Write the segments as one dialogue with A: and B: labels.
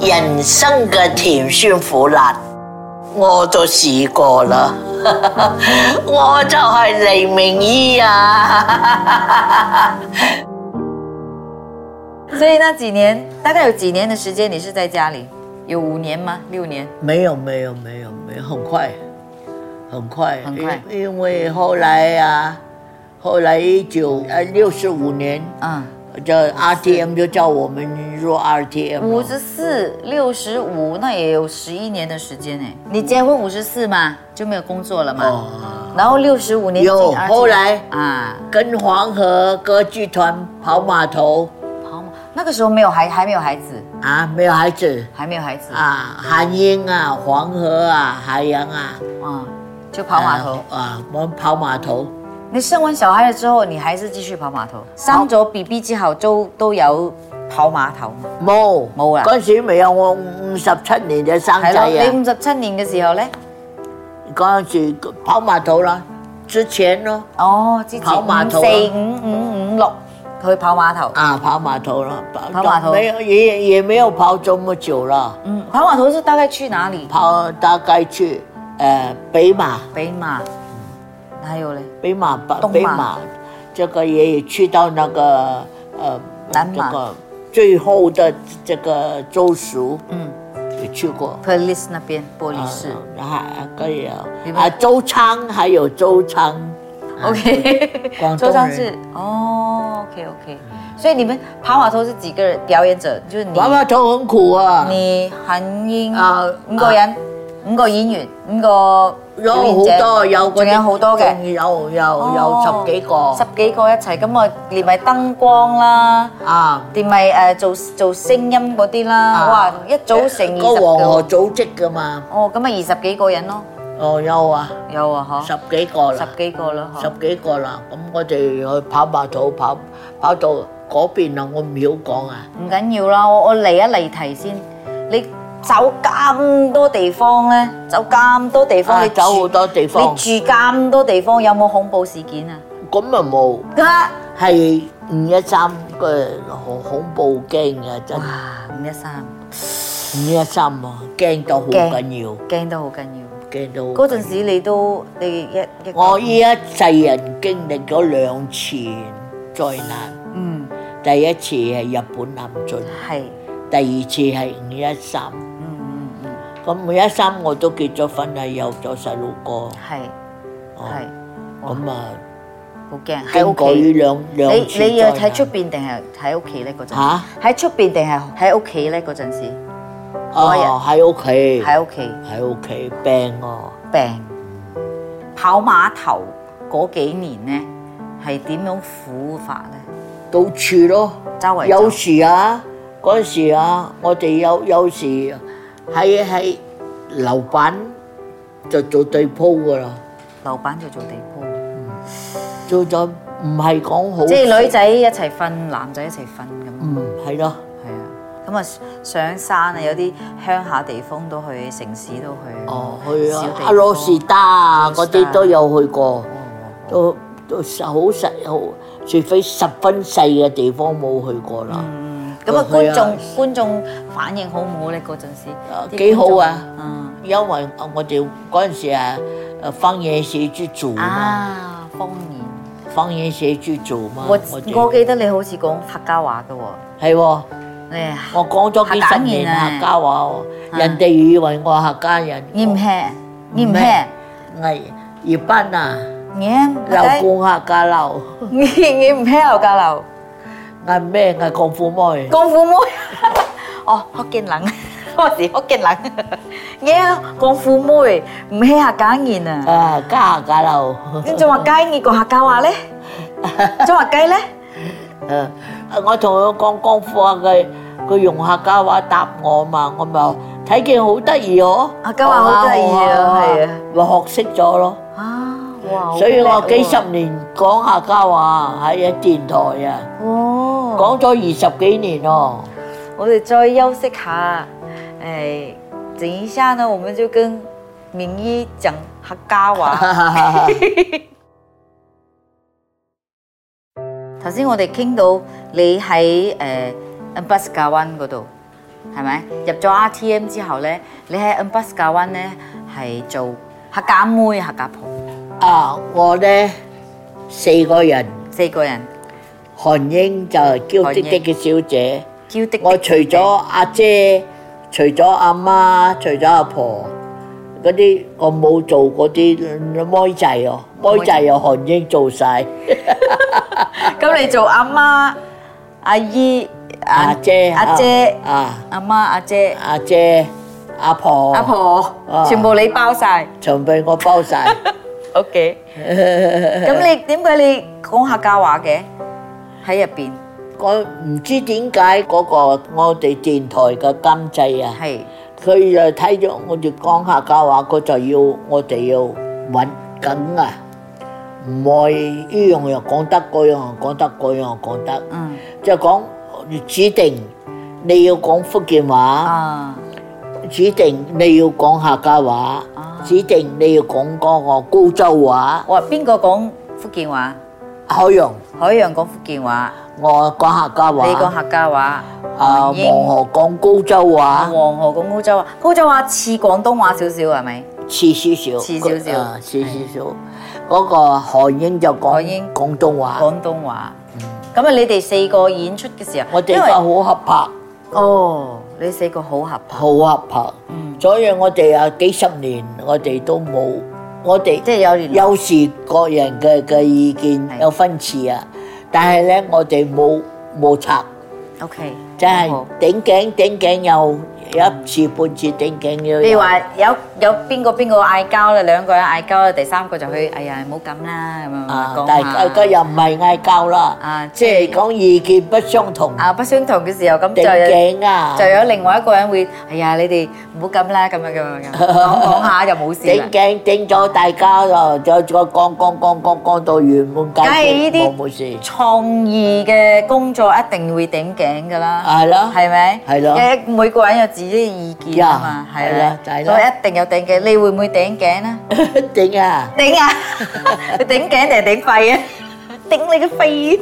A: 人生嘅甜酸苦辣，我都試過啦。 我就係黎明依 啊！
B: 所以那几年，大概有几年的时间，你是在家里，有五年吗？六年？
A: 没有没有没有没有，很快，很快，
B: 很快
A: 因因为后来啊，后来一九呃六十五年，
B: 嗯，
A: 这 RTM 就叫我们入 RTM，
B: 五
A: 了
B: 十四、六十五，那也有十一年的时间哎。你结婚五十四嘛，就没有工作了嘛。
A: 哦
B: 然后六十五年进
A: 有
B: RTM
A: 后来
B: 啊，
A: 跟黄河歌剧团跑码头
B: 好嘛，那个时候没有孩，还没有孩子，
A: 啊，没有孩子
B: 还没有孩子啊
A: 啊，韩英啊，黄河啊，海洋啊，
B: 嗯就跑码头。
A: 啊啊，我们跑码头。
B: 你生完小孩了之后，你还是繼續跑碼頭。生咗 B B 之後，都都有跑碼頭。
A: 冇
B: 冇啦
A: 嗰陣時未有我五十七年嘅生仔
B: 係咯，你
A: 啊！
B: 五十七年嘅時候咧，
A: 嗰陣時跑碼頭啦，之前咯
B: 哦，之前
A: 跑碼頭
B: 五
A: 啊
B: 四五五五六去跑碼頭。
A: 啊，跑碼頭啦，
B: 跑碼頭
A: 沒有也也沒有跑這麼久啦，
B: 嗯，跑碼頭是大概去哪裡？
A: 跑大概去呃北馬、
B: 北馬，還有嘞，
A: 北馬、
B: 東馬
A: 北馬，這個也去到那個呃
B: 南馬
A: 這個最後的這個州屬
B: 嗯
A: 也去過。
B: ，Police 那邊玻
A: Ờ,
B: 璃市。
A: 啊，还可以啊
B: 你，们
A: 啊，周仓还有周仓，啊
B: OK，
A: 广
B: 周
A: 东
B: 上
A: 人
B: 是哦，OK OK。所以你們跑碼頭是幾個人表演者？就是你。
A: 跑碼頭很苦啊。
B: 你韓英
A: 啊
B: 五個人，五個演員，五個
A: 有好
B: 表演者
A: 多有嗰啲
B: 仲有好多嘅，
A: 仲有有有
B: 哦
A: 十幾個
B: 十幾個一齊，咁我連埋燈光啦，
A: 啊！
B: 連埋誒做做聲音嗰啲啦，
A: 啊
B: 哇！一早成二
A: 個
B: 十
A: 黃河
B: 個，
A: 組織噶嘛，
B: 哦，咁啊二十幾個人咯，
A: 哦有啊，
B: 有啊
A: 十
B: 嗬，
A: 幾個啦
B: 十，幾個啦
A: 十
B: 嗬，
A: 幾個啦。咁我哋去跑馬土跑跑到嗰邊啊，我唔曉講啊。
B: 唔緊要啦，我我嚟一嚟題先，你走咁多地方咧，走咁多地方，
A: 啊
B: 你
A: 走好
B: 住
A: 多地
B: 你
A: 方，
B: 住咁多地方，有冇恐怖事件啊？
A: 咁啊冇，
B: 啊
A: 係五一三嘅好恐怖驚嘅真，
B: 哇！五一三
A: 五一三啊驚到好緊要，
B: 驚得好緊要。
A: 驚到好緊要
B: 嗰陣時你都你一一
A: 我依一世人經歷咗兩次災難，
B: 嗯
A: 第一次係日本南進，
B: 係
A: 第二次係五一三。
B: Ừ, 嗯嗯嗯
A: 咁五一三我都結咗婚啦，有咗細路哥，
B: 係
A: 哦
B: 係
A: 咁啊
B: 好驚喺
A: 經過
B: 屋
A: 呢
B: 企。
A: 兩兩次
B: 你你要喺出
A: 災
B: 邊定係喺屋企咧嗰陣時？
A: 嚇
B: 喺出邊定係喺屋企咧嗰陣時？
A: 難
B: 嗰日
A: 哦喺屋企
B: 喺屋企
A: 喺屋企病啊，
B: 病跑碼頭嗰幾年咧係點樣苦法咧？
A: 到處咯，
B: 周圍
A: 有
B: 走
A: 時啊嗰陣時啊，我哋有有時喺喺樓板就做地鋪噶啦。
B: 樓板就做地鋪，
A: 做咗唔係講好，
B: 即係女仔一齊瞓，男仔一齊瞓咁。
A: 嗯係咯，
B: 係啊，咁啊上山啊，有啲鄉下地方都去，城市都去。
A: 哦去
B: 小
A: 啊
B: 地，方
A: 阿羅士達啊嗰啲都有去過，
B: 哦
A: 都都好細好，除非十分細嘅地方冇去過啦。
B: 嗯咁啊，
A: 去
B: 觀
A: 啊
B: 眾觀眾反應好唔好咧？嗰陣時
A: 啊
B: 啲
A: 幾好啊
B: 觀眾嗯
A: 因為我哋嗰陣時啊，誒方言社之組嘛，
B: 啊，方言。
A: 方言社之組嘛，
B: 我我
A: 哋
B: 記得你好似講客家話嘅喎，
A: 係喎。
B: 你係
A: 我講咗幾
B: 客
A: 十
B: 家言
A: 年
B: 啊
A: 客家話喎，
B: 啊
A: 人哋以為我客家人。
B: 你唔係，你唔
A: 唔
B: 係
A: 係，係葉斌啊，
B: 你唔
A: 老公客家佬，
B: 你你唔係客家佬，
A: 嗌咩嗌功夫妹。
B: 功夫妹。哦，福建人，我是福建人。 你功夫妹唔係客家言啊。
A: 啊，家下樓，
B: 你仲話雞？你講客家話咧？仲話雞咧？
A: 誒，我同佢講功夫啊，佢佢用客家話答我嘛，我咪話睇見好得意哦，
B: 客家話好得意啊係啊，
A: 咪學識咗咯。
B: 啊，哇！
A: 所以我
B: 啊
A: 幾十年講客家話喺電台啊，
B: 哦，
A: 講咗二十幾年哦咯。
B: 我哋再休息下，誒，等一下呢，我們就跟明依講客 家話。頭先我哋傾到你喺誒 a m b a s k a 灣嗰度係咪？入咗 RTM 之後咧，你喺 u m b u s k a One 咧係做客家妹、客家婆，
A: 啊，我咧四個人，
B: 四個人
A: 韓英就嬌滴滴嘅小姐。
B: 嬌滴滴。
A: 我除咗阿姐，除咗阿媽，除咗阿婆嗰啲，我冇做嗰啲妹仔哦，妹仔由韓英做晒，
B: 咁你做阿媽、阿姨、
A: 阿姐、
B: 啊阿姐、
A: 啊，
B: 阿媽、阿姐、
A: 阿姐、阿婆、
B: 阿，婆
A: 啊，
B: 全部你包晒。
A: 全部我包晒。
B: OK，咁你點解你講客家話嘅喺入邊？
A: 我唔知點解嗰個我哋電台嘅監製啊，
B: 係
A: 佢就睇咗我哋講客家話，佢就要我哋要揾緊啊，唔係呢樣又講得，嗰樣又講得，嗰樣又講得，
B: 嗯
A: 就講指定你要講福建話，
B: 啊
A: 指定你要講客家話，
B: 啊
A: 指定你要講嗰個高州話，
B: 我話邊個講福建話？
A: 海洋
B: 海洋講福建話，
A: 我講客家
B: 你講
A: 話，
B: 客家話，
A: 啊
B: 黃英
A: 黃河講高州話。
B: 黃河講高州話，高州話似廣東話少少係咪？
A: 似少少，
B: 似少少
A: 啊似少少。嗰個韓英就
B: 韓
A: 講
B: 英
A: 廣東話，
B: 廣東話。咁啊，你哋四個演出嘅時候，
A: 我哋
B: 因
A: 個
B: 為
A: 好合拍，
B: 哦，你四個好合，
A: 好合拍。
B: 嗯
A: 所以我哋啊幾十年，我哋都冇，我哋
B: 即係有聯絡
A: 有時各人嘅嘅意見
B: 係
A: 有分歧啊，但係咧我哋冇摩擦，
B: OK，
A: 即係
B: 好
A: 頂頸頂頸又一次半次頂頸要。
B: 譬如嗯話有有邊個邊個嗌交啦，兩個人嗌交啦，第三個就去，哎呀，唔好咁啦，咁
A: 啊
B: 樣，講
A: 但係佢
B: 下。
A: 又唔係嗌交啦
B: 啊，
A: 即係講意見不相同，
B: 啊，不相同嘅時候咁
A: 頂
B: 就有
A: 頸啊。
B: 就有另外一個人會，哎呀，你哋唔好咁啦，咁樣咁樣咁樣講講下就冇事啦
A: 整。頸整咗大家咯，再再講講講講講到圓滿解
B: 梗係呢
A: 決，冇
B: 啲
A: 冇事，
B: 創意嘅工作一定會頂頸㗎啦，
A: 係咯，
B: 係咪？
A: 係咯
B: 因為每個人有自己嘅意見啊嘛，
A: 呀
B: 係
A: 係啦
B: 啦，
A: 就係啦
B: 所以一定有頂頸。你會唔會頂頸咧？
A: 頂啊！
B: 頂啊！你頂頸定係頂肺啊？頂你個肺！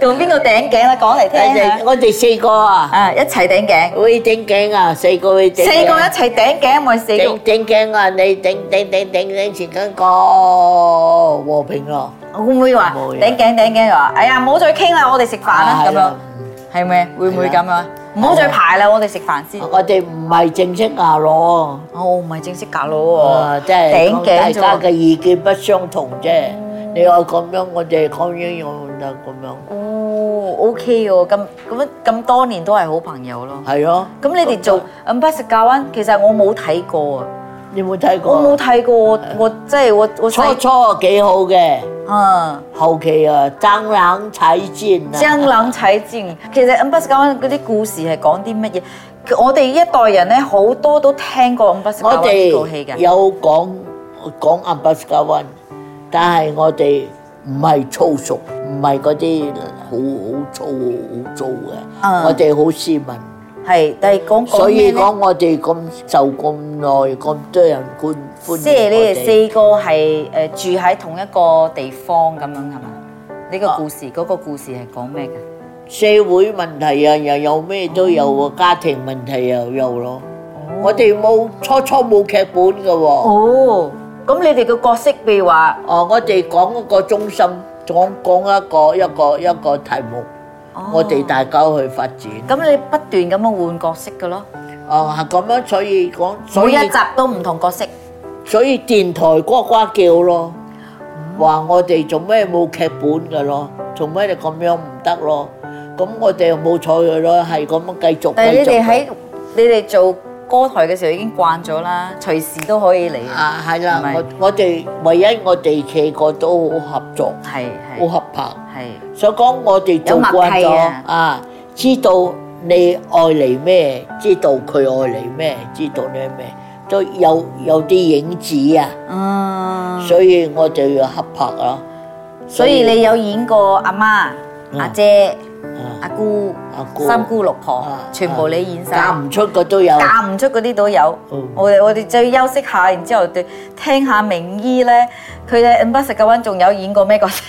B: 同邊個頂頸啊？講嚟
A: 我
B: 聽
A: 哋
B: 下。
A: 我哋四個啊，
B: 啊，一齊頂頸，
A: 會頂頸啊，四個會頂
B: 四
A: 頸，
B: 個一齊頂頸，咪四
A: 頂
B: 個
A: 頂頸啊！你頂頂頂頂頂前嗰個和平咯，
B: 會唔會話
A: 冇嘢
B: 頂頸頂頸又話？哎呀，唔好再傾啦，我哋食飯啦
A: 啊
B: 咁
A: 係
B: 樣
A: 啊，
B: 係咪？會唔會咁啊？唔好再排啦，我哋食飯先。
A: 我哋唔係正式牙咯，
B: 我唔係正式教佬
A: 啊，
B: 喎，
A: 即係
B: 頂
A: 講大
B: 頸
A: 家
B: 啫
A: 嘅意見不相同啫。你話咁樣，我哋講英語就咁樣，
B: 喎。哦，OK 喎，咁咁咁多年都係好朋友咯。
A: 係咯。
B: 咁你哋做 u m b a s s a d o r 其實我冇睇過啊，
A: 你有冇睇過
B: 我
A: 啊？
B: 冇睇過，我我即係我我
A: 初初幾好嘅，
B: 啊，
A: 後期啊爭冷踩尖啊，
B: 江郎才盡。其實 u m b a s s a d o r 嗰啲故事係講啲乜嘢？我哋一代人咧好多都聽過 u m b a s s
A: 我
B: a d o r 呢套戲
A: 哋
B: 嘅，
A: 有講講阿巴斯加灣，但係我哋唔係粗俗，唔係嗰啲好好粗好粗嘅，
B: 嗯
A: 我哋好斯文，
B: 係，但係講講
A: 所
B: 咩
A: 以講
B: 咧？
A: 我哋咁受咁耐咁多人歡歡
B: 即係
A: 迎
B: 你
A: 我
B: 哋
A: 哋。
B: 四個係誒住喺同一個地方咁樣係嘛？呢個故事嗰個故事係講咩嘅？
A: 社會問題啊，又有咩都有
B: 嗯
A: 喎，家庭問題又有咯。我哋冇初初冇劇本嘅喎。
B: 哦，咁你哋嘅角色譬如話。
A: 哦，我哋講一個中心，講講一個一個一個題目，
B: 哦
A: 我哋大家去發展。
B: 咁你不斷咁樣換角色嘅咯，
A: 哦，係咁樣，所以講，所
B: 每
A: 以
B: 一集都唔同角色。
A: 所以電台呱呱叫咯，話我哋做咩冇劇本嘅咯，做咩你咁樣唔得咯？咁我哋又冇睬佢咯，係咁樣繼續。
B: 但係你
A: 繼續
B: 哋喺你哋做歌台嘅時候已經慣咗啦，隨時都可以嚟。
A: 啊，係啦
B: 唔，係
A: 我我哋唯一我哋四個都好合作，
B: 係
A: 好
B: 係
A: 合拍。
B: 係
A: 所講我哋做慣
B: 有
A: 咗
B: 默契
A: 啊，知道你愛嚟咩，知道佢愛嚟咩，知道你咩，都有有啲影子啊，
B: 嗯，
A: 所以我就要合拍咯。
B: 所以你有演過阿媽、
A: 嗯
B: 阿姐、
A: 啊
B: 阿姑
A: 阿、姑
B: 三姑六婆
A: 啊，
B: 全部你演晒。
A: 嫁唔出嘅都有，
B: 嫁唔出嗰啲都有
A: 嗯，
B: 我哋我哋就要休息下，然之後對聽下名醫咧，佢哋 u m b a s s a d o r 仲有演過咩角色？